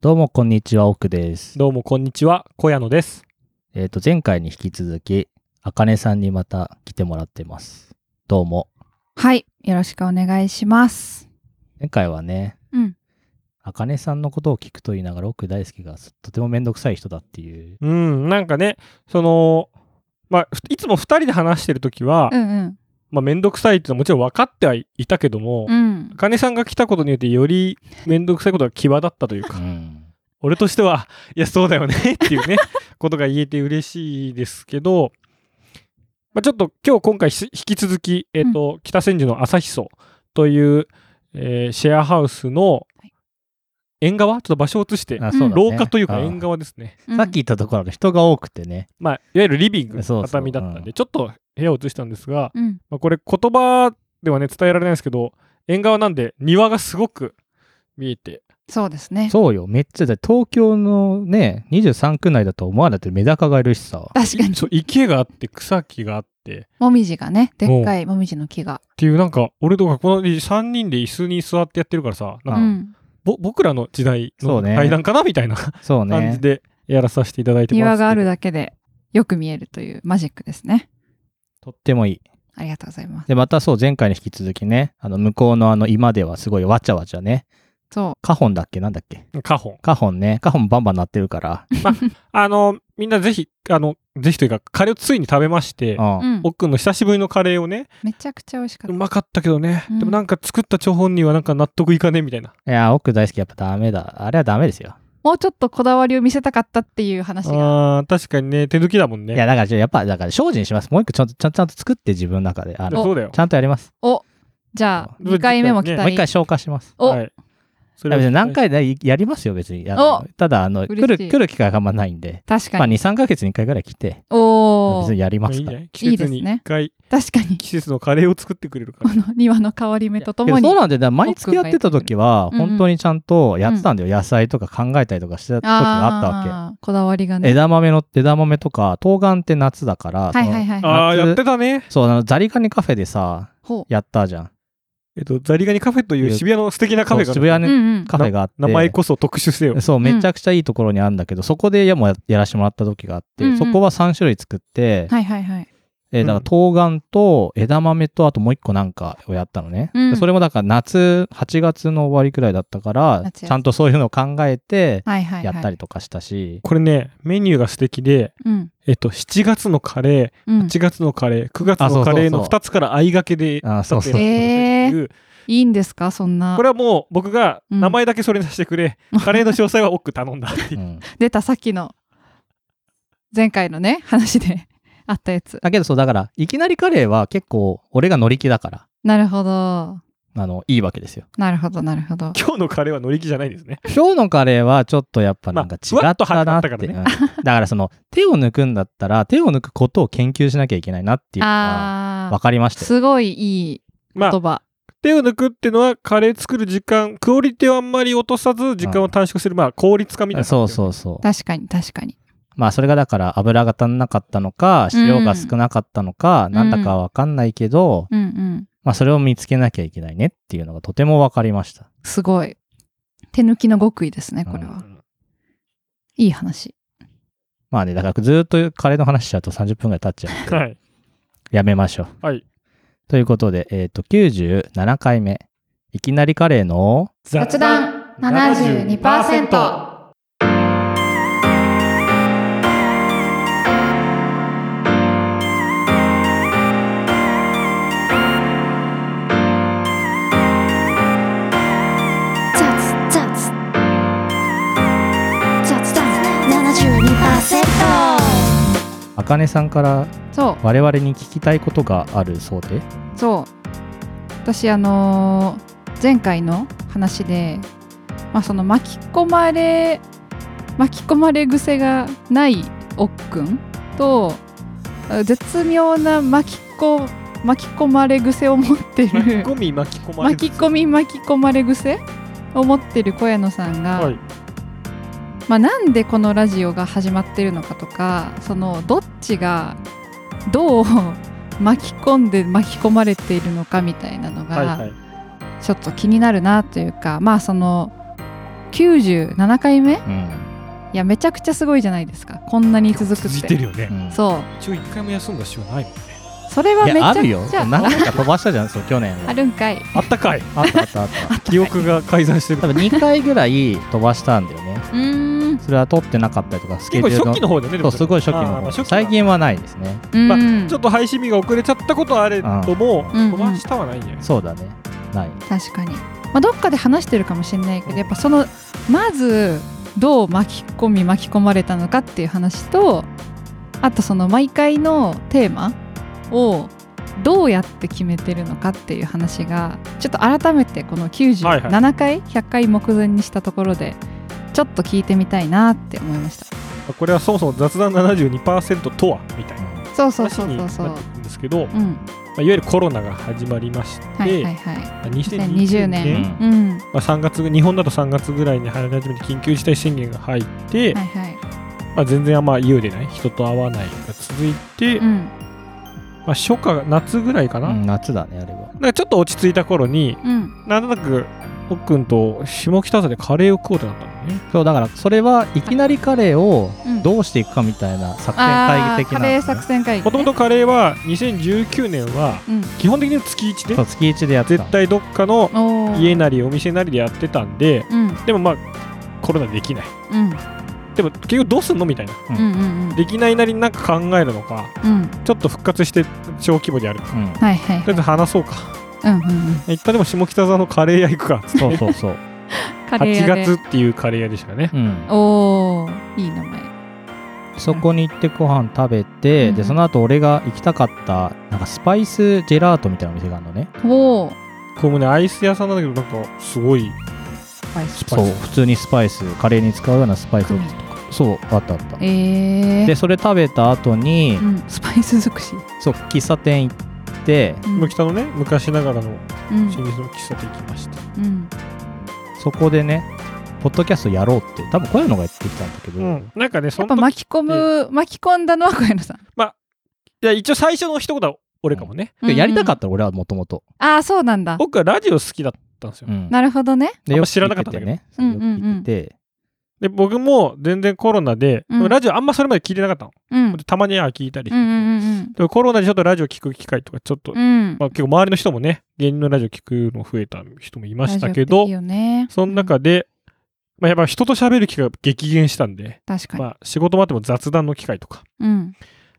どうも、こんにちは、奥です。どうもこんにちは小屋野です。えっ、と、前回に引き続き、あかねさんにまた来てもらってます。どうも。はい、よろしくお願いします。前回はね、うん。あかねさんのことを聞くと言いながら、奥大好きがとてもめんどくさい人だっていう。うんなんかねそのまあふいつも2人で話してる時は、うんうん。まあ面倒くさいっていうのはもちろん分かってはいたけども、うん。茜さんが来たことによってより面倒くさいことが際立ったといううかん。俺としてはい やそうだよねっていうね ことが言えて嬉しいですけど、まあ、ちょっと今日今回し引き続き、えっと北千住の朝日荘という、えーシェアハウスのはい縁側ちょっと場所を移してあそうだね廊下というかうん縁側ですね。さっき言ったところで人が多くてね。まあ、いわゆるリビングそうそう畳だったうんでちょっと部屋を移したんですが、うん。まあ、これ言葉ではね伝えられないんですけど縁側なんで庭がすごく見えてそうですね。そうよ、めっちゃ、だって東京のね、23区内だと思われてメダカがいるしさ。確かにい。そう池があって草木があってもみじがね、でっかいもみじの木が。っていうなんか俺とかこの3人で椅子に座ってやってるからさなんうかん。ぼ僕らの時代そのうね対談かなみたいなそう感じね。でやらさせていただいてます庭があるだけでよく見えるというマジックですね。とってもいい。ありがとうございます。で、またそう、前回に引き続きね、あの、向こうのあの、今ではすごいわちゃわちゃね、そカホンだっけなんだっけ花本カホンね、カホンバンバン鳴ってるから。あのみんなぜひあのぜひというかカレーをついに食べましてうんう。うん。奥の久しぶりのカレーをねめちゃくちゃ美味しかうっまかったけどね、うんでもなんか作った張本人はなんか納得いかねえみたいないやー、奥大好き、やっぱダメだ。あれはダメですよ。た。もうちょっとこだわりを見せたかったっていう話が。あー確かにね手抜きだもんねいや、だからちょ、やっぱ、だから精進します。もう一個ちゃんと、ちゃんちゃんと作って、自分の中で。あいやの、そうだよちゃんとやります。じゃあ、そう2回目も期ねもう一待回。消化します。お、はい、そいやれは別に何回でややりますよ、別に。あのただ、あの、来嬉しいる、来る機会があんまないんで。確まかあ、2、に。 3ヶ月に1回ぐらい来て、お別ーにやりままあいいすんかじゃら。ない季節にいいですね一回確かに。季節のカレーを作ってく れるかこらの庭の香り目ととけもどにそう。なんで、だから毎月やってた時は、うんうん本当にちゃんとやってたんだよ。野菜とか考えたりとかしてた時があったわけ。あーこだわりがね。枝豆の、枝豆とか、冬瓜って夏だから、はいはいはい。ああ夏やってたねそう、あの、ザリガニカフェでさ、ほやったじゃん。えっとザリガニカフェという渋谷の素敵なカフェそうが渋う。谷うんにうん。カフェがあって。名前こそ特殊せよそう、んめちゃくちゃいいところにあるんだけど、そこでやもうややらせてもらった時があって、うんうんそこは3種類作って、はいはいはい。えーだから冬瓜と枝豆とあともう一個なんかをやったのね、うんでそれもだから夏8月の終わりくらいだったから夏休ちみゃんとそういうのを考えてはいはいはい。やったりとかしたし、これねメニューが素敵でうん。えっと7月月のカレうんー、8月のカレー9月あそうそうのそうカレーの2つから相掛けであそうそう立てるっていういいんですかそんなこ。れはもう僕がうん名前だけそれにさせてくれ、カレーの詳細は奥頼んだっていううん 出たさっきの前回のね話で あったやつ。だけどそうだからいきなりカレーは結構俺が乗り気だからなるほど。あのいいわけですよなるほどなるほど。今日のカレーは乗り気じゃないですね今日のカレーはちょっとやっぱなんか違まあふわっっとた始なまっ、ってたからねうんだからその手を抜くんだったら手を抜くことを研究しなきゃいけないなっていうのはあ分あかりましたよすごいいいま言あ葉。手を抜くっていうのはカレー作る時間クオリティをあんまり落とさず時間を短縮する、まあ効率化みたいなそううそうそう確かに確かに。まあそれがだから油が足んなかったのか塩が少なかったのか、んなんだかわかんないけど、うんうん。まあそれを見つけなきゃいけないねっていうのがとても分かりましたすごい。手抜きの極意ですねこれは。いい話。まあねだからずっとカレーの話しちゃうと30分ぐらい経っちゃうんで、はいやめましょうはいということで、えっと97回目いきなりカレーの雑談72%雑雑雑談72%あかねさんからそう。我々に聞きたいことがあるそうでそう私あのー前回の話で、まあ、その巻き込まれ巻き込まれ癖がないおっくんとあ絶妙な巻きこ巻き込まれ癖を持って巻きる込み巻き込まれ巻き込み巻き込まれ癖を持ってる小屋野さんが、はいまあ、なんでこのラジオが始まってるのかとかそのどっちがどう巻き込んで巻き込まれているのかみたいなのはいはがいちょっと気になるなというか、まあその97回目いうん。やめちゃくちゃすごいじゃないですかこんなに続くって続いてるよねう。んそ一応一回も休んだ週はないもんね。うそれはいめちや、ゃあくるよ。ちゃ何回か飛ばしたじゃん、そう、去年あは。るんかいあったかい。あったあったあった。記憶が改ざんしてる多。分2回ぐらい飛ばしたんだよね。うーんそれは取ってなかったりとか、スケ結ジュー構ル初期の方だよね。でそもう、すごい初期あーまあの初期方。だ最近はないですね。うん、まあちょっと配信日が遅れちゃったことはあれども、うん飛ばしたはないんじゃないそうだね。ない。確かに、まあ、どっかで話してるかもしれないけどやっぱそのまずどう巻き込み巻き込まれたのかっていう話とあとその毎回のテーマをどうやって決めてるのかっていう話がちょっと改めてこのはいはい97回、100回目前にしたところでちょっと聞いてみたいなって思いましたこれはそもそも雑談72%とはみたいなそうそう話そうにそなうってそくうるんですけど、まうあ、いんわゆるコロナが始まりまして、はいはいはい2020 2020年、年うんまあ、3月日本だと3月ぐらいに入り始めて緊急事態宣言が入って、はいはいまあ、全然あんま家でない人と会わないが続いて、うまんあ、初夏夏ぐらいかな,、うなんん夏だね、あれは。かちょっと落ち着いた頃にうんなんとなく奥くんと下北沢でカレーを食おうってなったのねそう、だから、それはいきなりカレーをうんどうしていくかみたいな作戦あ会ー議的なカんだよね。レー作戦会議ねもともとカレーは2019年はうん基本的に月1でそう、月1でやってた絶対どっかのおー家なりお店なりでやってたんでうんでもまあコロナできないうんでも結局どうすんのみたいなうんうんうんできないなりになんか考えるのかうんちょっと復活して小規模でやるかとうん。はいはいはりあえいず話そうかうんうんうん一旦でも下北沢のカレー屋行くかそうそうそう。カレー8屋で月っていうカレー屋でしたねうん。おおいい名前そこに行ってご飯食べて、うんでその後俺が行きたかったなんかスパイスジェラートみたいなお店があるのねおおこれもねアイス屋さんなんだけどなんかすごいスパイスパイそスう普通にスパイスカレーに使うようなスパイスクをミンそうあったあったえーでそれ食べた後に、うんスパイス尽くしそう喫茶店行ってうん下北のね昔ながらのうん老舗の喫茶店行きましたうんそこでねポッドキャストやろうって多分小屋のが言ってきたんだけど、うんなんかねそやっのぱ時巻き込む巻き込んだのは小山さんいや一応最初の一言は俺かもねでやりたかっった俺はもともとたああそうなんだ僕はラジオ好きだったんですよなるほどねあんま知らなかったんだけどねうんよく聞いてて、で僕も全然コロナで、うんラジオあんまそれまで聞いてなかったの、うんたまには聞いたりして、うんうんでもコロナでちょっとラジオ聞く機会とかちょっと、うんうんまあ、結構周りの人もね芸人のラジオ聞くの増えた人もいましたけラジオっどていいよねそのう中んで、まあ、やっぱ人と喋る機会が激減したんで、確かまにあ、仕事もあっても雑談の機会とかうん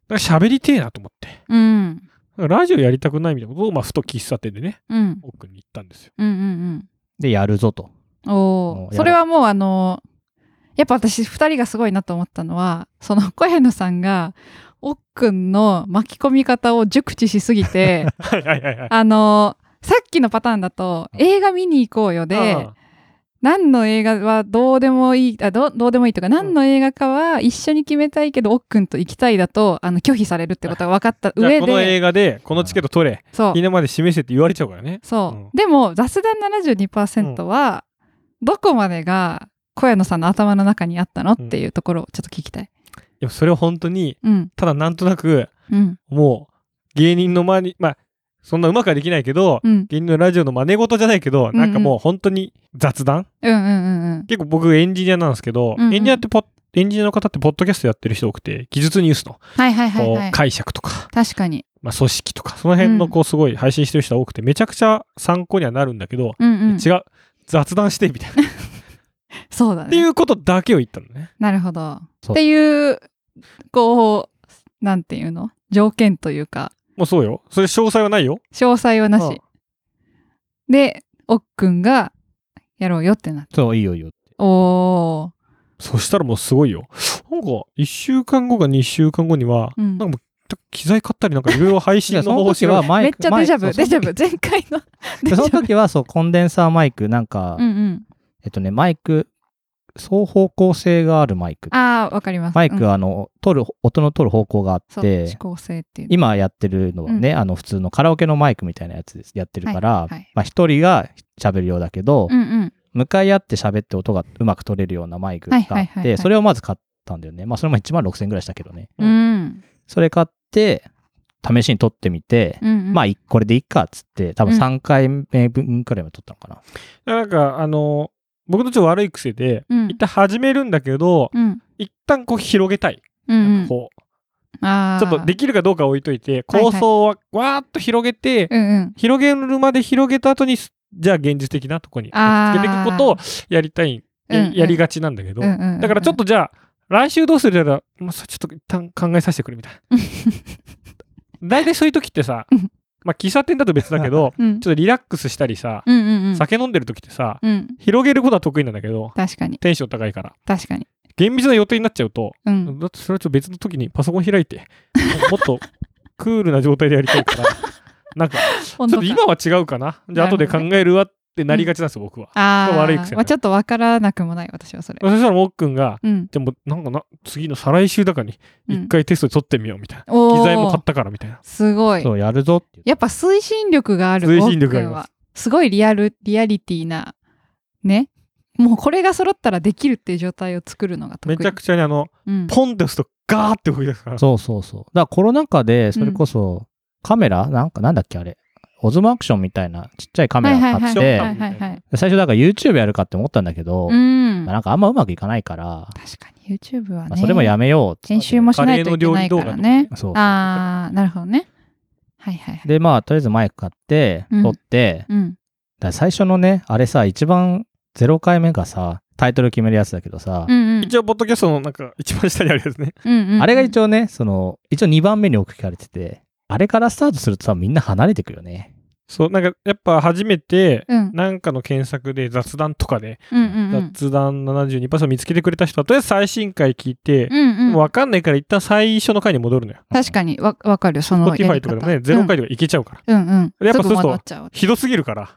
なんか喋りてえなと思ってうんなんかラジオやりたくないみたいなことを、まあ、ふと喫茶店でねうん奥に行ったんですようんうんでやるぞとうんおもおうやろうそれはもうあのやっぱ私2人がすごいなと思ったのはその小野さんがおっくんの巻き込み方を熟知しす ぎてはいはいはいはい あのさっきのパターンだと映画見に行こうよで あ何の映画はどうでもいいあどうどうでもいいというか何の映画かは一緒に決めたいけどおっくんと行きたいだとあの拒否されるってことが分かったあじゃあ上こので映画でこのチケット取れそうみんなまで示せって言われちゃうからねそうう、んでも雑談72%は、どこまでが小屋野さんの頭の中にあったのっていうところをちょっと聞きたい。でもそれを本当にうん、ただなんとなくうん、もう芸人の前にまあそんなうまくはできないけど、うん、芸人のラジオの真似事じゃないけど、んうんなんかもう本当に雑談うん、うん、うん、結構僕エンジニアなんですけど、うんうんエンジニアってポッエンジニアの方ってポッドキャストやってる人多くて技術ニュースのはいはいはいこ。はいう解釈とか、確かに。まあ、組織とかその辺のこうすごい配信してる人多くてめちゃくちゃ参考にはなるんだけど、うん、うん、違う雑談してみたいな、 っそうだていね。うことだけを言ったのね。なるほど。そうっていうこうなんていうの条件というかもうそうよそれ詳細はないよ。詳細はなし。うんで、おっくんがやろうよってなって。そういいよいいよおー。そしたらもうすごいよ。なんか、1週間後か2週間後には、うんなんかもう、機材買ったり、なんかいろいろ配信でのその方時針はは、マイめっクちゃデジャブ、マイクデジャブ、前回のデジでそのャブ。時はそうコンデンサーマイクなんか、うんうん。えっとね、マイク、双方向性があるマイク。ああ、わかります。マイクうんは、あの、取る、音の取る方向があっそう、て指、向性っていう。今やってるのはね、あの、普通のカラオケのマイクみたいなやつですやってるから、はいはいまあ、一人が喋るようだけど、うんうん。向かい合って喋って音がうまく取れるようなマイクがあって、はいはいはいはいそれをまず買ったんだよね。まあ、それも1万6000円ぐらいしたけどね。ううん。それ買って、試しに撮ってみて、うん。まあ、あ、いこれでいいかっつって、多分3回目分くらいまで撮ったのかな。なんか、あの、僕のちょっと悪い癖で、うん一旦始めるんだけど、うん一旦こう広げたい。うんこううんあちょっとでききるかどうかは置いといて、はい構想はわーっと広げて、うんうん広げるまで広げた後に、じゃあ現実的なとこにあーつけていくことをやりたい、うんうんやりがちなんだけど、うんうんうんだからちょっとじゃあ、来週どうするやら、まあ、それちょっと一旦考えさせてくれみたい な。大体そういう時ってさうん、まあ喫茶店だと別だけど、うんちょっとリラックスしたりさ、うんうんうん酒飲んでる時ってさ、うん広げることは得意なんだけど、確かにテンション高いから。確かに厳密な予定になっちゃうと、うんだってそれはちょっと別の時にパソコン開いて、もっとクールな状態でやりたい から、なんか、ちょ本っ当とか今は違うかな。じゃあな後るほどで考えるわってなりがちなんですよ、僕は。ああ、悪い癖ねまあ、ちょっとわからなくもない私はそれそしたらもっくんが、うんでもなんかな、次の再来週だかに、うん一回テストで取ってみようみたいな。おー機材も買ったからみたいな。すごいそう、やるぞっていう。やっぱ推進力がある推進力があります僕はすごいリアルリアリティなねもうこれが揃ったらできるっていう状態を作るのが得め意ちゃくちゃにあの、うんポンって押すとガーって動き出す から。そうそうそう。だからコロナ禍で、それこそ、カメラ、なんか、なんだっけ、あれ。オズムアクションみたいなちっちゃいカメラ買って、はいはいはいはい最初だから YouTube やるかって思ったんだけど、うんまあなんかあんまうまくいかないから、確かに YouTube はまねあそれもやめようっつって編集もしないといけないからねそうそうああなるほどねはいはいはいで、まあ、とりあえずマイク買って、うん撮って、うんだから最初のね、あれさ、一番0回目がさ、タイトル決めるやつだけどさ、うんうん一応、ポッドキャストのなんか、一番下にあるやつね。うんうんうんあれが一応ね、その、一応2番目に置かれてて、あれからスタートするとさ、みんな離れてくよね。そう、なんか、やっぱ初めて、うんなんかの検索で雑談とかで、うんうんうん雑談72%見つけてくれた人は、とりあえず最新回聞いて、うんうんわかんないから一旦最初の回に戻るのよ。確かにわわかるよそのやり方 Spotify とかでもね、0回とかいけちゃうから。うんうんうんやっぱそうするとすぐ戻っちゃうひどすぎるから。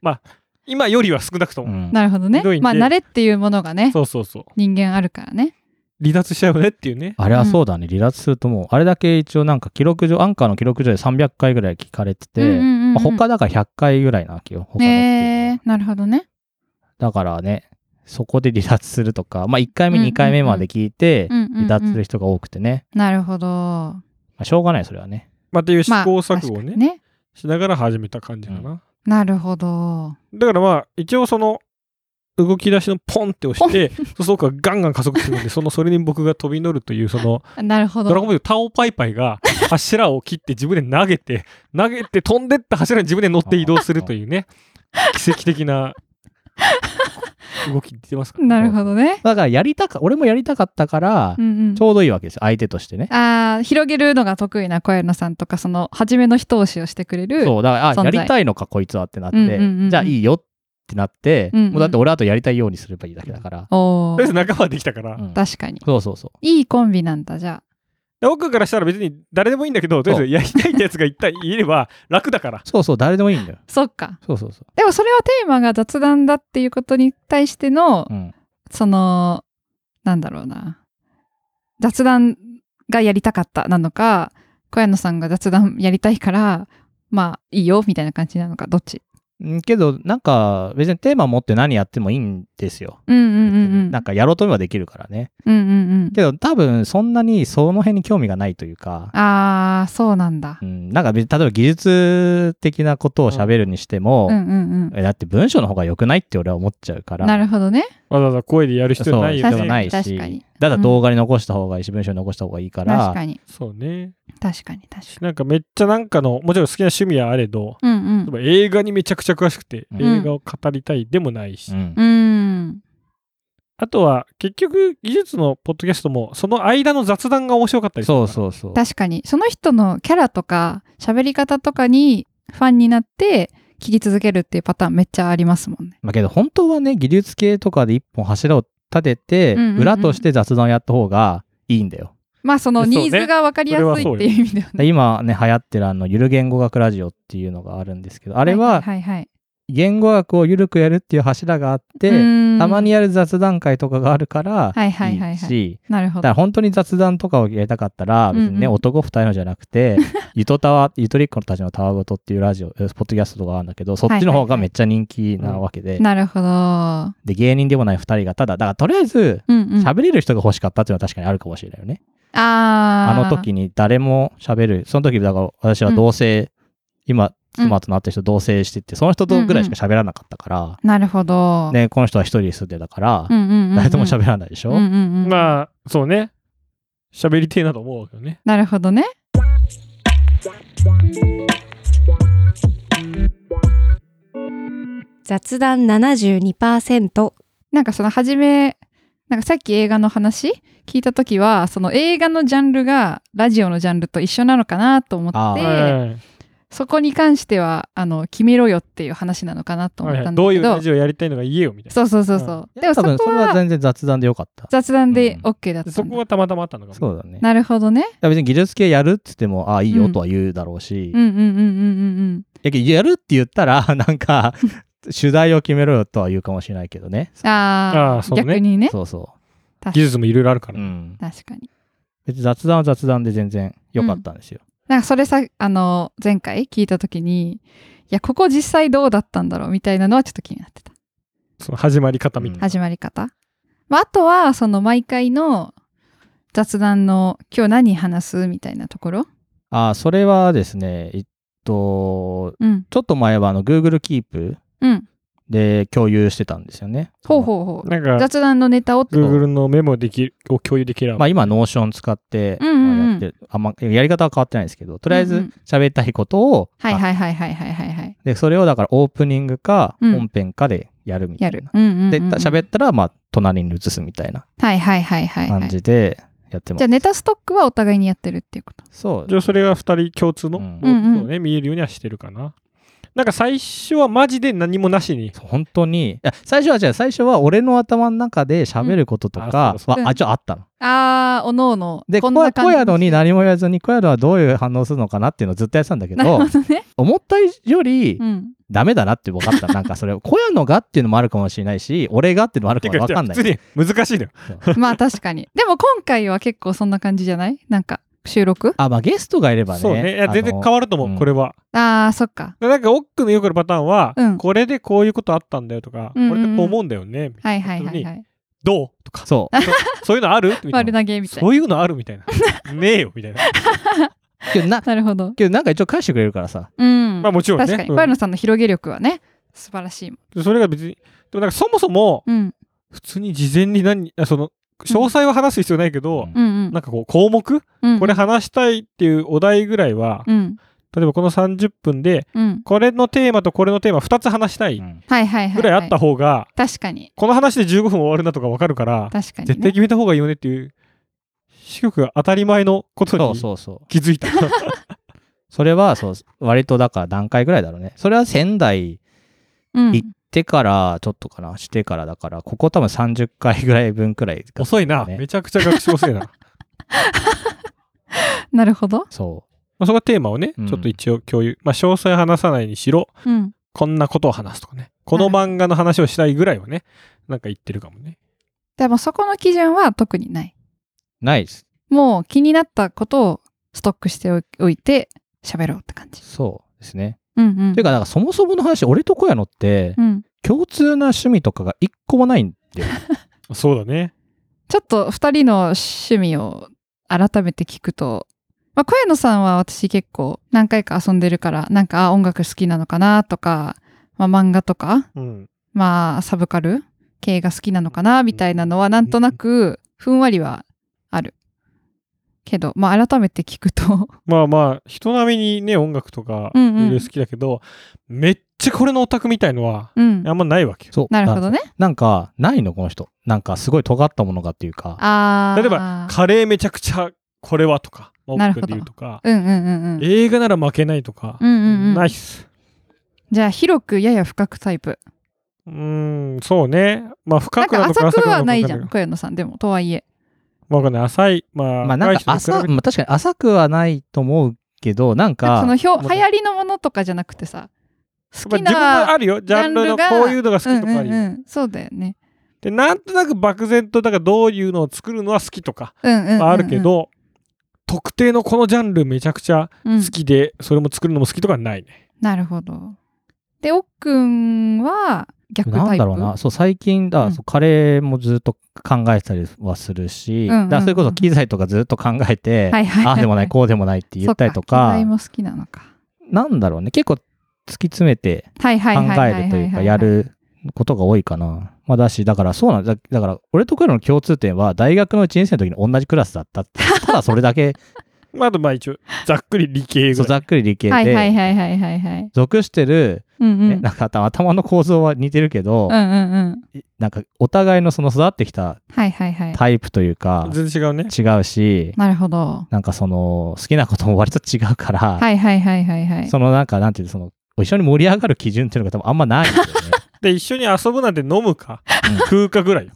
まあ、今よりは少なくとうも。ん。なるほどねひどいんでまあ慣れっていうものがねそうそうそう。人間あるからね離脱しちゃうねっていうね。あれはそうだね、離脱するともう、あれだけ一応なんか記録上、アンカーの記録上で300回ぐらい聞かれてて、うんうんうんうんまあ他だから100回ぐらいなわけよ、他のっていうのえはー、なるほどねだからね、そこで離脱するとか、まあ1回目、うんうんう2ん回目まで聞いて、うんうんうん離脱する人が多くてね、なるほどまあ、しょうがない、それはね。まあ、っていう試まあ行錯誤を確かねに、ねしながら始めた感じかな。なるほどだからまあ、一応その、動き出しのポンって押して、そうそうか、ガンガン加速するんで、その、それに僕が飛び乗るという、その、なるほどドラゴンボールタオパイパイが柱を切って自分で投げ て、投げて飛んでった柱に自分で乗って移動するというね、奇跡的な動き出 ますからなるほどねだからやりたか、俺もやりたかったから、うんうんちょうどいいわけですよ、相手としてね。あー広げるのが得意な小柳さんとかその初めの一押しをしてくれるそう、だから、あ、存や在りたいのか、こいつはってなって、うんうんうんうんじゃあいいよってなって、うんうんもうだって俺あとやりたいようにすればいいだけだから。おとりーあえず仲間はできたから、うん確かにそうそうそう。いいコンビなんだじゃで奥からしたら別に誰でもいいんだけど、とりあえずやりたいってやつが一旦言えれば楽だから。そうそう、誰でもいいんだよ。あそっかそうそうそでもそれはテーマが雑談だっていうことに対してのう。うん。そのなんだろうな雑談がやりたかったなのか小柳さんが雑談やりたいからまあいいよみたいな感じなのかどっちうんけど、なんか、別にテーマ持って何やってもいいんですよ。うんうんうんうんなんか、やろうと思えばできるからね。うんうんけど、多分、そんなにその辺に興味がないというかうん、ああそうなんだうん、なんか別に、例えば技術的なことを喋るにしても、うんうんえだって文章の方が良くないって俺は思っちゃうかうら。んなるほどねわざわざ声でやる必要ないよそう必確要ね。ない確かにし、ただ動画に残した方がいいし、文章に残した方がいいから、確かにそうね。確かに確かになんかめっちゃなんかの、もちろん好きな趣味はあれど、うんう例えんば映画にめちゃくちゃ詳しくて、うん映画を語りたいでもないし、うんう、んあとは結局技術のポッドキャストもその間の雑談が面白かったりするかそらうそうそう。確かにその人のキャラとか喋り方とかにファンになって聞き続けるっていうパターンめっちゃありますもんねまあけど本当はね、技術系とかで一本柱を立てて、うんうんうん裏として雑談をやった方がいいんだよ。まあそのそうねニーズが分かりやすいっていう意味ではでね今ね、流行ってるあの、ゆる言語学ラジオっていうのがあるんですけど、ああれははいはいはい言語学をゆるくやるっていう柱があって、たたまにやる雑談会とかがあるから、はいはいはいはいいし、なるほだかどら本当に雑談とかをやりたかったら、別にね、うんうん男二人のじゃなく て、ゆとたわ、ゆとりっ子たちのたわごとっていうラジオ、えポッドキャストとかあるんだけど、そっちの方がめっちゃ人気なわけで、なるほどで、芸人でもない二人が、ただ、だからとりあえず、うんうん喋れる人が欲しかったっていうのは確かにあるかもしれないよね。ああーの時に誰も喋る、その時、だから私は同性、今、妻となってる人同棲してて、その人とぐらいしか喋らなかったから、なるほど。ね、この人は一人で住んでたから、うんうんうんうん、誰とも喋らないでしょ、うんうんうん、まあ、そうね。喋りてえなと思うわけよね。なるほどね。雑談72%なんかその初めなんかさっき映画の話聞いた時はその映画のジャンルがラジオのジャンルと一緒なのかなと思あっーてはいそこに関してはあの決めろよっていう話なのかなと思はっいはたいんだどういけうどラジオやりたいのが言えよみたいそうそうそうそうでもそ多分こそれはは全然雑談でよかった。雑談でうん OK だな。ったそんだこがたまたまあったのかも。そうだね。なるほどね別に技術系やるって言っても、ああ、いいうよんとは言うだろうし、うんうんうんうんやけどやるって言ったら、 なんか、主題を決めろよとは言うかもしれないけどね。うんああーあそうね逆にねそうそ確技術もいろいろあるかう。うら。ん。確かに別に雑談は雑談で全然良かったんですよ。なんかそれさあの前回聞いた時にいやここ実際どうだったんだろうみたいなのはちょっと気になってたその始まり方みたいな。始まり方、まあ、あとはその毎回の雑談の今日何話すみたいなところああ、それはですね、えっと、うんちょっと前はあの Google Keep うんで共有してたんですよね。ほうほうほうなんか、雑談のネタをってこと Google のメモできるを共有できれまば。あ今、ノーション使って、うんうんうんやってるあんま、やり方は変わってないですけど、とりあえうんうずん喋りたいことを、はいあはいはいはいはいはいはいで、それをだからオープニングかうん本編かでやるみたやいな。るうんうんうんうんで、た喋ったら、まあ、隣に移すみたいなはいはいはいはいは感いじでやってまじゃす。あネタストックはお互いにやってるっていうことそうじ。ゃあそれが2人共通の、うんうんうんそうね、見えるようにはしてるかな。なんか最初はマジで何もなしに。本当に。いや、最初はじゃあ、最初は俺の頭の中で喋ることとうかんあそは、うあ、ちょ、あったの。あーおのおので、こ小んな屋感小じ屋のに何も言わずに、小宿はどういう反応するのかなっていうのをずっとやってたんだけなるどほ、どね思ったよりうんダメだなって分かった。なんかそれ、小屋のがっていうのもあるかもしれないし、俺がっていうのもあるかてもか分かんない普。通に難しいのよ。まあ確かにでも今回は結構そんな感じじゃないなんか収録あ、まあゲストがいればね。そうね。いや全然変わわると思う、うんこれは。あーそっかでなんか、奥のよくあるパターンは、うんこれでこういうことあったんだよとか、うんうんうんこれでこう思うんだよね。はいはいはいはいどうとか、そう。そういうのあるみたい丸な。投げみたいそういうのあるみたい な。ねえよ、みたいな。けどなな、なるほどけどなんか一応返してくれるからさ。うんまあもちろんね。確かに、うん小山さんの広げ力はね素晴らしいもそれが別に、でもなんかそもそも、ん、うん、普通に事前に何、あその、詳細は話す必要ないけど、うんうんうんなんかこう項目、うんこれ話したいっていうお題ぐらいは、うん例えばこの30分でうんこれのテーマとこれのテーマ2つ話したいうんはいはいはい、はい、ぐらいあった方が、確かにこの話で15分終わるなとか分かるから、確かに、ね、絶対決めた方がいいよねっていう視局が当たり前のこそとうにそうそう。気 づいた。それは、そう、割とだから段階ぐらいだろうね。それは仙台うん行ってから、ちょっとかな、してからだから、ここ多分30回ぐらい分くらいか。遅いな、ね めちゃくちゃ学習遅 いな。まなるほどそあそこはテーマをね、うん。ちょっと一応共有、まあ、詳細話さないにしろうんこんなことを話すとかねこの漫画の話をしたいぐらいはねなんか言ってるかもね。でもそこの基準は特にないうないです。もう気になったことをストックしておおいて喋ろうって感じそうですね。うんうんていうか、なんかそもそもの話、俺と小屋のって、うん共通な趣味とかが一個もないんだよ。そうだね。ちょっと2人の趣味を改めて聞くと、まあ、小野さんは私結構何回か遊んでるからなんかあ音楽好きなのかなとか、まあ、漫画とかうん。まあサブカル系が好きなのかなみたいなのはなんとなくふんわりはあるけど、まあ、改めて聞くとまあまあ人並みにね音楽とかいうんうんろいろ好きだけど、めっちゃこれのオタクみたいのはうんあんまないわけよ。そう。 なるほどねなんか、ないの、この人。なんか、すごい尖ったものがっていうか、あー例えばカレーめちゃくちゃこれはとか、まあなる奥ほ君で言うどとか、うんうんうんうん映画なら負けないとか、うんうんうナんイス。じゃあ広くやや深くタイプうーん、そうね。まあな深んくなかのか浅くはないわじかゃんん小野さんでもとはいえわかんない。浅い。まあ、まあなんか深い浅、人と比べてまあ、確かに浅くはないと思うけど、なんなんか、かその表まあ流行りのものとかじゃなくてさ好まあき自分もなあるよ。ジジャャンンルルのがこういうのが好きとかあうるんよ。うんうん、そうだよね、で、なんとなく漠然と、だからどういうのを作るのは好きとかうんうんうんうんはあるけど、、特定のこのジャンルめちゃくちゃうん好きで、それも作るのも好きとかはないね。なるほどでおっくんは逆タイプなんだろうな、そう、最近だ、うんそうカレーもずっと考えてたりはするし、うんうんうんだからそれこそ機材とかずっと考えて、はいはいはいはいああでもない、こうでもないって言ったりとかそっ、か機材も好きなのかなんだろうね、結構突き詰めてはいはい考はいはいはえるというかはやることが多いかな。まあだし、だからそうなんだ。だから俺と彼の共通点は大学の1年生の時に同じクラスだったって。ただそれだけ、まあ、あとまあ一応、ざっくり理系そぐうらざい。っくり理系はいはいで、はいはいはいはい属してる、うんうんねなんか頭頭の構造は似てるけどう、んうんうんなんかお互いのその育ってきたはいはいはいタイプというか全然違うね。違うし、なるほどなんかその好きなことも割と違うから、はいはいはいはいはいそのなんかなんていうのその一緒に盛り上がる基準っていうのが多分あんまないんだよね。で、一緒に遊ぶなんて飲むか、食うかぐらいよ。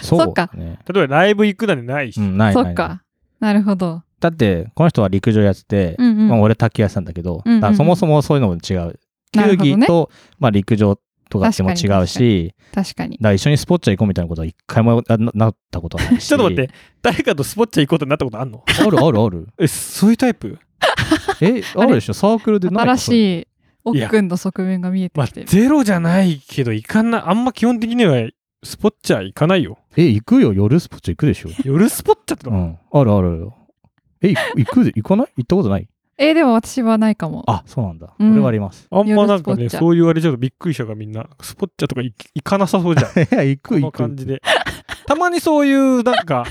そ そっかね。例えばライブ行くなんてないし。うん、ないそないっかなるほどだってこの人は陸上やってて、うんうんまあ、俺卓球やってたんだけど、うんうんうんだからそもそもそういうのも違う。なる球技ほどねと、まあ、陸上とかっても確違かにうし、確かにだから一緒にスポッチャ行こうみたいなことは一回もななったことはないし。ちょっと待って、誰かとスポッチャ行こうってなったことあんのて。あるあるある。え、そういうタイプ え、あるでしょサークルでない新い。しいおっくんの側面が見えてまあきて、るゼロじゃないけど、行かない。あんま基本的には、スポッチャ行かないよ。え、行くよ。夜スポッチャ行くでしょ。夜スポッチャってうのはん。あるあるある。え、行く、行くで、行かない行ったことないえーでも私はないかもあ、そうなんだ。こうんれはあります。あんまなんか夜ね、スポッチャそう言われちゃうとびっくりしたからみんな、スポッチャとか行き行かなさそうじゃん。 いや、行く、こ行のく。感じで。たまにそういう、なん か、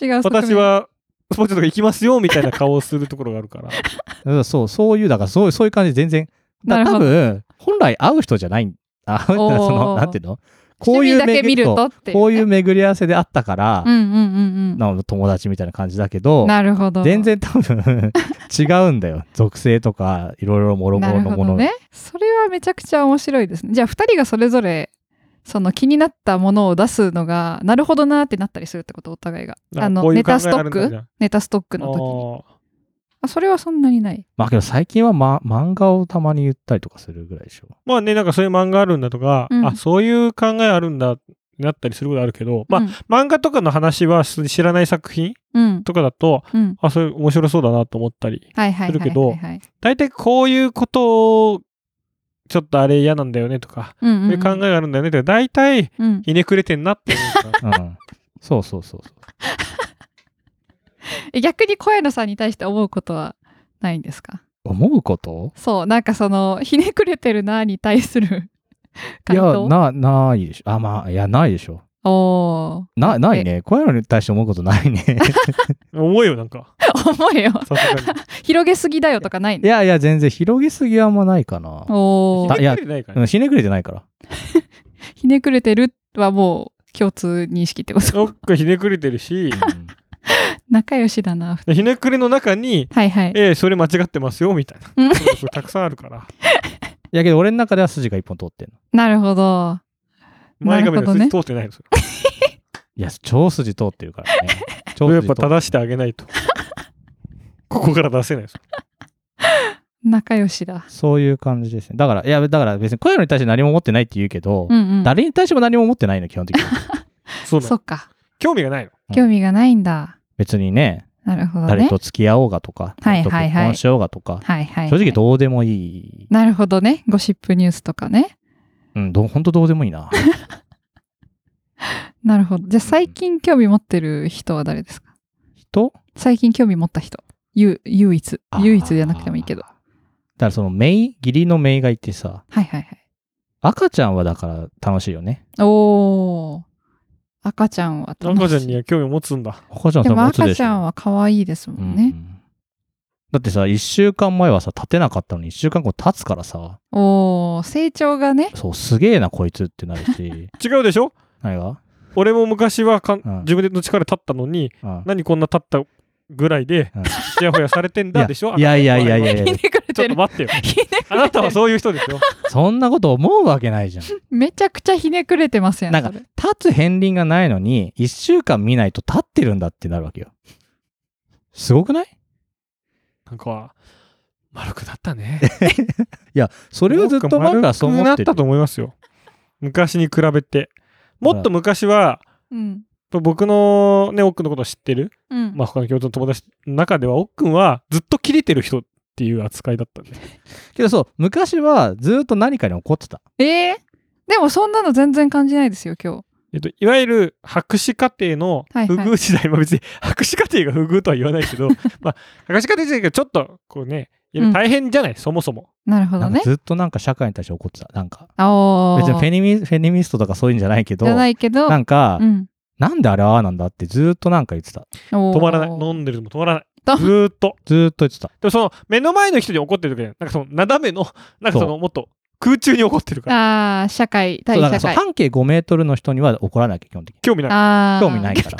違う側面私はスポッチャとか行きますよみたいな顔をするところがあるから。だからそう、そういう、だからそうそういう感じで全然、なだるほ多ど分、本来会う人じゃない、あ、 そおーの、なんていうのこ趣うい味うだけ見るとそうってこうういねう巡り合わせであったからう、んうんうんな友達みたいな感じだけうんど、なるほど全然多分違うんだよ。属性とか、いろいろもろもなろるのほもどの。ねそれはめちゃくちゃ面白いですねじゃあ2人がそれぞれその気になったものを出すのがなるほどなーってなったりするってことお互いがなんあかのこういネう考えタストあるッんだじクゃんネタストックの時にあそれはそんなにないまあけど最近は、ま、漫画をたまに言ったりとかするぐらいでしょ。あーまあね、なんかそういう漫画あるんだとか、うんあ、そういう考えあるんだってなったりすることあるけど、まあ、うん漫画とかの話は普通に知らない作品うんとかだと、うんあ、それ面白そうだなと思ったり、はいはすいはいるはいけどはい大体こういうことを、ちょっとあれ嫌なんだよねとか、うんこうんうういんう考えがあるんだよねとか、大体うんひねくれてんなって思うから。うん。そうそうそうそう。え逆に小野さんに対して思うことはないんですか思うことそうなんかそのひねくれてるなーに対するい回や、答な、ないでしょ。あ、まあ、いや、ないでしょ。おーな、ないね。こういうのに対して思うことないね。 思うよ、なんか。思えよさすがに。広げすぎだよとかないいのやいや、全然広げすぎはあんまないかな。 おーいやひねくれてないからうねん、ひねくれてないから。ひねくれてるはもう共通認識ってこすとごくひねくれてるし、うん仲良しだなひねくれの中に、はいはいえーそれ間違ってますよみたいなうんそうそうたくさんあるからいやけど、俺の中では筋が一本通ってんの。なるほどな前る髪がほど筋ね通ってないんですよ、いや、超筋通ってるから ね。超それや筋通っぱってる。正してあげないとここから出せないですよ仲良しだそういう感じですね。だから、いや、だから別に、こういうのに対して何も思ってないって言うけど、うんうん誰に対しても何も思ってないの、基本 的に。そうなそのっか興味がないの興味がないんだ別にね、なるほど誰ねと付き合おうがとか、はい誰とはい結はい婚しようがとか、はいはいはい正直どうでもいい。なるほどねゴシップニュースとかねうん、どうほんとどうでもいいな。なるほどじゃあ最近興味持ってる人は誰ですか人 最近興味持った人ゆ唯一あー唯一じゃなくてもいいけどだからその、メイ、義理のメイがいてさ、はいはいはい赤ちゃんはだから楽しいよね。おー赤ちゃんは楽しい赤ちゃんには興味を持つんだ赤ちゃんで多分も持つ赤でちしょゃんは可愛いですもんね、うんだってさ1週間前はさ立てなかったのに1週間後立つからさおお成長がねそうすげえなこいつってなるし 違うでしょ何が、俺も昔はかんうん自分の力立ったのにうん何こんな立ったぐらいでうんちやほやされてんいだやでしょいやいやいやいやあなたいやは ひねくれちょってとる待ってよひねくれてあるなたはそういう人ですよそんなこと思うわけないじゃん立めちゃくちゃひねくれてますやんなんかそれつ片鱗がないのに1週間見ないと立ってるんだってなるわけよすごくないいなんか丸くなったねやそれはずっと前からそう思って丸くなったると思いますよ。昔に比べて。もっと昔は、うん僕のね、奥のことを知ってる、うんまあ他の共通の友達の中では、奥君はずっと切れてる人っていう扱いだったんで。けどそう昔はずっと何かに怒ってたえーでもそんなの全然感じないですよ今日えっと、いわゆる博士課程のはいは不い遇 時代、まあ別に博士課程が不遇とは言わないけど、まあ博士課程時代がちょっとこうね、いや大変じゃない、そもそも。なるほなどんかね。ずっとなんか社会に対して怒ってた。なんか、あおー別にフェニミフェニミストとかそういうんじゃないけど、じゃなないけど、んか、うん、なんであれああなんだってずっとなんか言ってた。止止まらない。飲んでるのも止まらない。ずーとっと。ずっと言ってた。でもその目の前の人に怒ってる時じゃないなんかそのなだめの、なんかそそのもっと空中に怒ってるから、ああ、社会、対そうだか社らそう会。半径5メートルの人には怒らなきゃ基本的に。興味ない。ああ、興味ない から。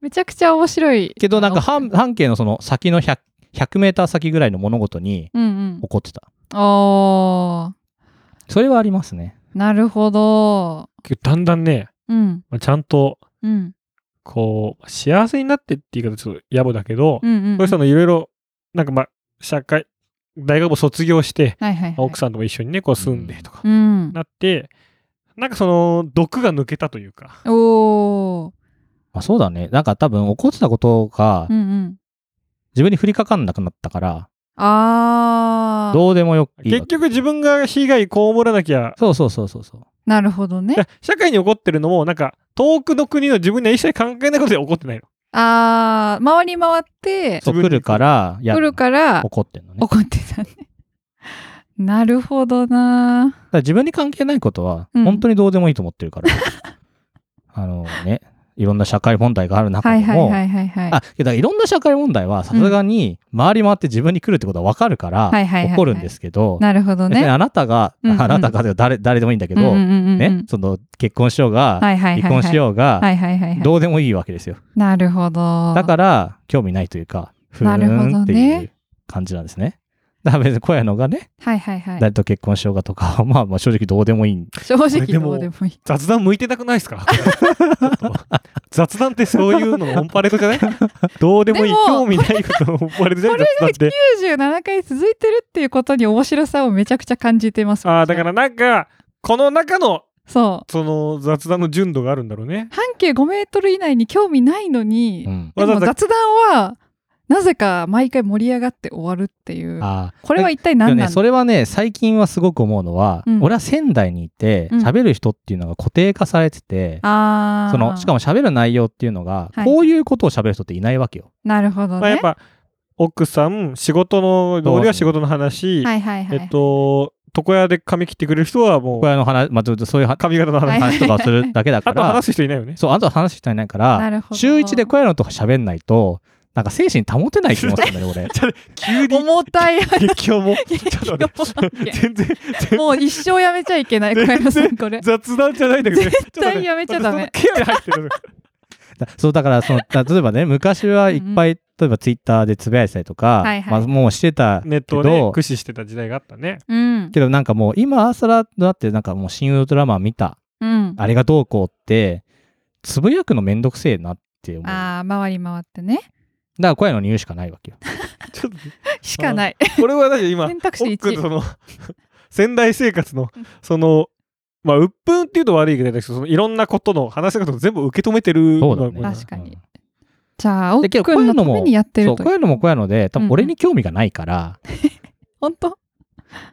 めちゃくちゃ面白い。けどなんか半半径のその先の100、100メーター先ぐらいの物事にうん怒ってた。うん。おー、それはありますね。なるほど。けどだんだんね、うん、まあちゃんと、うん、こう、幸せになってっていう言い方ちょっと野暮だけど、うんうん、うん。この人のいろいろ、なんかまあ、社会、大学も卒業して、はいはい、はい。奥さんとも一緒にね、こう住んでとか、うん。なって、なんかその、毒が抜けたというか、おー、まあ、そうだね。なんか多分怒ってたことがうんうん。自分に降りかかんなくなったから、あー、どうでもよいいわ結局自分が被害被らなきゃ、そうそうそうそうそう。なるほどねい。や社会に起こってるのも、なんか、遠くの国の自分には一切関係ないことで起こってないの。あー、回り回って、そう自分来でるから、や来るから怒ってんのね。だか怒ってたね。 なるほどな。ら自分に関係ないことは、うん本当にどうでもいいと思って るから。あのね、いろんな社会問題がある中はでいも、はいはいはいはい。あ、けどいろんな社会問題はさすがに回り回って自分に来るってことは分かるから、はいはいはいはい怒るんですけど、なるほど別にね。あなたが、うんうんあなたがで誰誰でもいいんだけうど、んうんうんうんね、その結婚しようが、はいはいはいはい離婚しようが、はいはいはいはい。どうでもいいわけですよ。なるほど。だから興味ないというか、ふなるほどねーんっていう感じなんですね。だから別に小屋のがね、はいはいはい。誰と結婚しようがとか、まあまあ正直どうでもいいん正直これでどもうでもいい。雑談向いてなくないですかちょっと雑談ってそういうののオンパレードじゃないどうでもいいでも興味ないことのオンパレードじゃない雑談って97回続いてるっていうことに面白さをめちゃくちゃ感じてます。ああだからなんかこの中のそう。その雑談の純度があるんだろうね半径5メートル以内に興味ないのに、うん、わざでわもざ雑談は、なぜか毎回盛り上がって終わるっていう。あこれは一あ、体でも何なね、んだ、それはね、最近はすごく思うのは、うん俺は仙台にいて、うん喋る人っていうのが固定化されてて、あそのしかも。も喋る内容っていうのが、はいこういうことを喋る人っていないわけよ。なるほどね。まあ、やっぱ奥さん仕事の同僚は仕事の話、はいはいはい。えっと床屋で髪切ってくれる人はも小う屋の話、まあ、ちょっとそういう話髪型の はい話話とかをするだけ だかあとら、話す人いない よねそう、あとは話す人いないから、なるほど。週一で小屋のとか喋んないと、なんか精神保てない気もするんだよ、俺。急に重た い話。激況もちょっと待って激全然もう一生やめちゃいけない、小山さん、これ。雑談じゃないんだけど、ね、絶対やめちゃダメケアに入ってるだそう、だ から、その、だ例えばね、昔はいっぱい、例えばツイッターでつぶやいてたりとか、はいはいまあ、もうしてたネッけトをねど、駆使してた時代があったねうん。けどなんかもう今、アーサラだってなんかもう新ウルトラマン見た、うん。あれがどうこうって、つぶやくのめんどくせえなって思う。だかああ、回り回ってね。ら小屋のに言うしかないわけよ。ちょっとしかない。これはだって今選択肢1奥その 仙台生活のそのまあ鬱憤っていうと悪いけどそのいろんなことの話し方を全部受け止めてるそうだねまあ確かにじゃあ、でけ奥どこういう君ののたもめにやってそるう、と小。屋のも小屋ので、多分俺に興味がないから、本当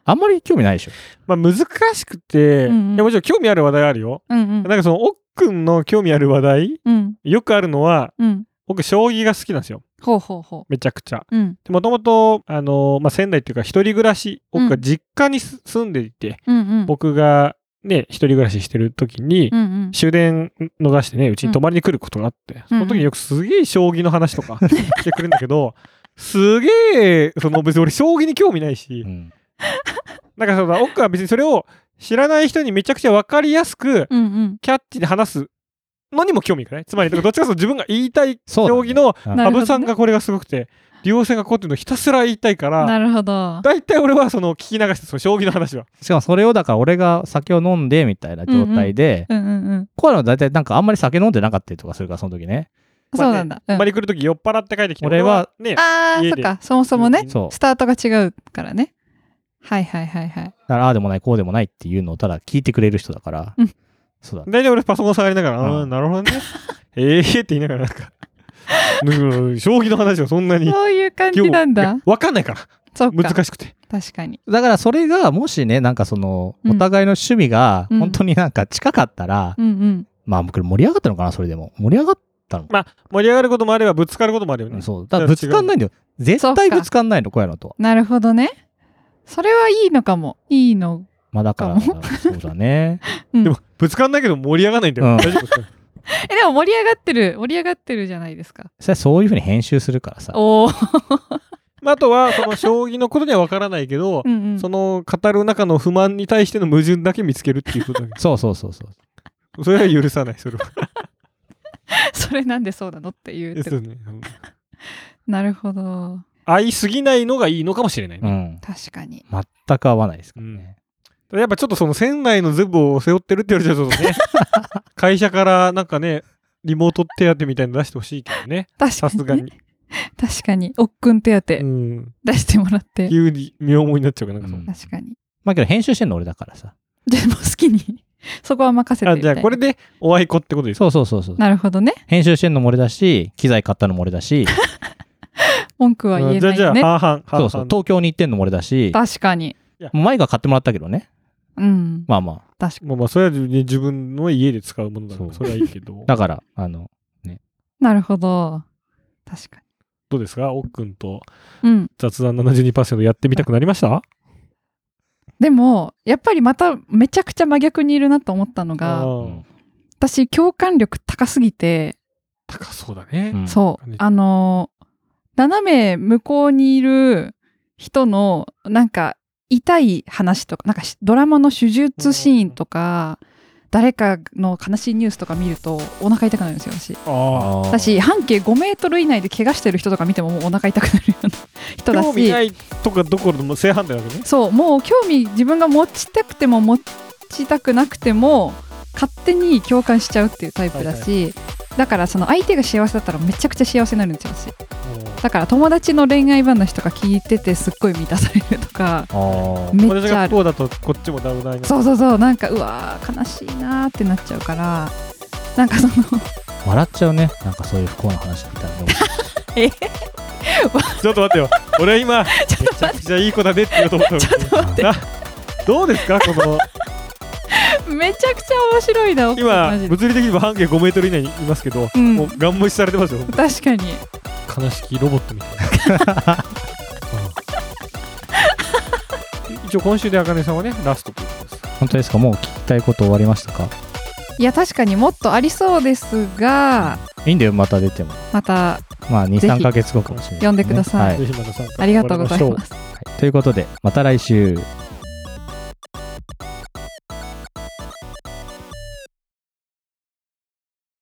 あんまり興味ないでしょ。まあ難しくて、うんうんいやもちろん興味ある話題あるよ、うんうんなんかその奥君の興味ある話題うん。よくあるのはうん。僕将棋が好きなんですよほうほうほめちゃくちゃう。うん。もともとあの、まあ、仙台っていうか一人暮らしうん僕が実家にす住んでいて、うんうん。僕がね一人暮らししてる時に、うんうん。終電逃してねうちに泊まりに来ることがあって、その時によくすげえ将棋の話 とかしてくれるんだけどすげえその別に俺将棋に興味ないしうん。なんかその奥は別にそれを知らない人にめちゃくちゃ分かりやすくうんうん。キャッチで話すのにも興味がないつまりだからどっちか というと自分が言いたいそうだね、将棋のうんなるほどね羽生さんがこれがすごくて竜王戦がこうっていうのをひたすら言いたいからなるほど。大体俺はその聞き流してその将棋の話はしかもそれをだから俺が酒を飲んでみたいな状態で、うんうんうん。コアラは大体なんかあんまり酒飲んでなかったりとかするからその時ねそうなんだ。う泊んまり来る時酔っ払って帰ってきて俺はねああ、家そっでか。そもそもね、そうスタートが違うからね。はいはいはいはい。だからああでもないこうでもないっていうのをただ聞いてくれる人だから、うんそうだね大体俺パソコン触りながら、あうあ、んなるほどね。 ええって言いながら、なんか、うん将棋の話はそんな に。そういう感じなんだ。わかんないから、そっか。難しくて。確かに。だからそれがもしねなんかそのうんお互いの趣味がうん本当になんか近かったら、うんうん。まあこれ盛り上がったのかなそれでも盛り上がったの。盛り上がることもあればぶつかることもあるようんね。そう。だからぶつかんないんだよ。絶対ぶつかんないの、こうやのとは。なるほどね。それはいいのかも。いいの。まあだから、そうだね。でもぶつかんないけど盛り上がらないんだうんよ。大丈夫ですかえ、でも盛り上がってる、盛り上がってるじゃないですか。それはそういうふうに編集するからさ。おお。まああとはその将棋のことには分からないけどう、んうん。その語る中の不満に対しての矛盾だけ見つけるっていうことだけそうそうそうそう。どそれは許さないそれは。それなんでそうなのっていうでってすこよと。ね。うんなるほど。会いすぎないのがいいのかもしれないね。うん。確かに。全く合わないですからね。ただやっぱちょっとその仙台の全部を背負ってるって言われちゃうとね会社からなんかねリモート手当みたいなの出してほしいけどね確かさに。す がに。確かに。おっくん手当うてん出してもらって。急に身重になっちゃうからなんかそううん確かに。まあけど編集してんの俺だからさ。でも好きに。 そこは任せてあみじたゃいあこれでおあいこってことですそうそうそうそう。なるほどね。編集してんのも俺だし、機材買ったのも俺だ し、文句は言えじゃあないじゃよあね。半々半そ々うそう、東京に行ってんのも俺だし、確かに。もう前が買ってもらったけどね。うん。まあまあ。確かまあまあそれは、ね、自分の家で使うものだからそうそれはいいけどだから、あの、なるほど。確かどうですかおっくんとに。うん。雑談72%やってみたくなりましたでも、やっぱりまためちゃくちゃ真逆にいるなと思ったのあが、うーん私、共感力高すぎて、高そうだね、うんそう。あのー、斜め向こうにいる人の、なんか、痛い話とか、なんかしドラマの手術シーンとか、誰かの悲しいニュースとか見ると、お腹痛くなるんですよ、私。あああー私、半径5メートル以内で怪我してる人とか見ても、もうお腹痛くなるような人だ興味なし、いとかどころでも正反対だけねそう、もう興味、自分が持ちたくても持ちたくなくても、勝手に共感しちゃうっていうタイプだし、だからその相手が幸せだったらめちゃくちゃ幸せになるんですよ、私。だから友達の恋愛話とか聞いててすっごい満たされるとかあーめっ私ちゃがあるこうだとこっちもダウナイな そうそうそうなんかうわー悲しいなーってなっちゃうからなんかその笑っちゃうね。なんかそういう不幸な話みたいなの。ちょっと待って よ。俺は今、めちゃくちゃいい子だねって言おうと思ったのに。などうですかこの、 めちゃくちゃ面白いな今 マ、ジで物理的にも半径5メートル以内にいますけど、うんもうガン無視されてますよ。確かに悲しきロボットみたいな。 一応今週であかねさんはねラストということです本当ですかもう聞きたいこと終わりましたかいや確かにもっとありそうですがいいんだよ、また出ても。またまあ、2、ぜひ3ヶ月後かもしれない、呼んでくださいはぜひまた参加ありがとうござしいてもらますはいということで、また来週。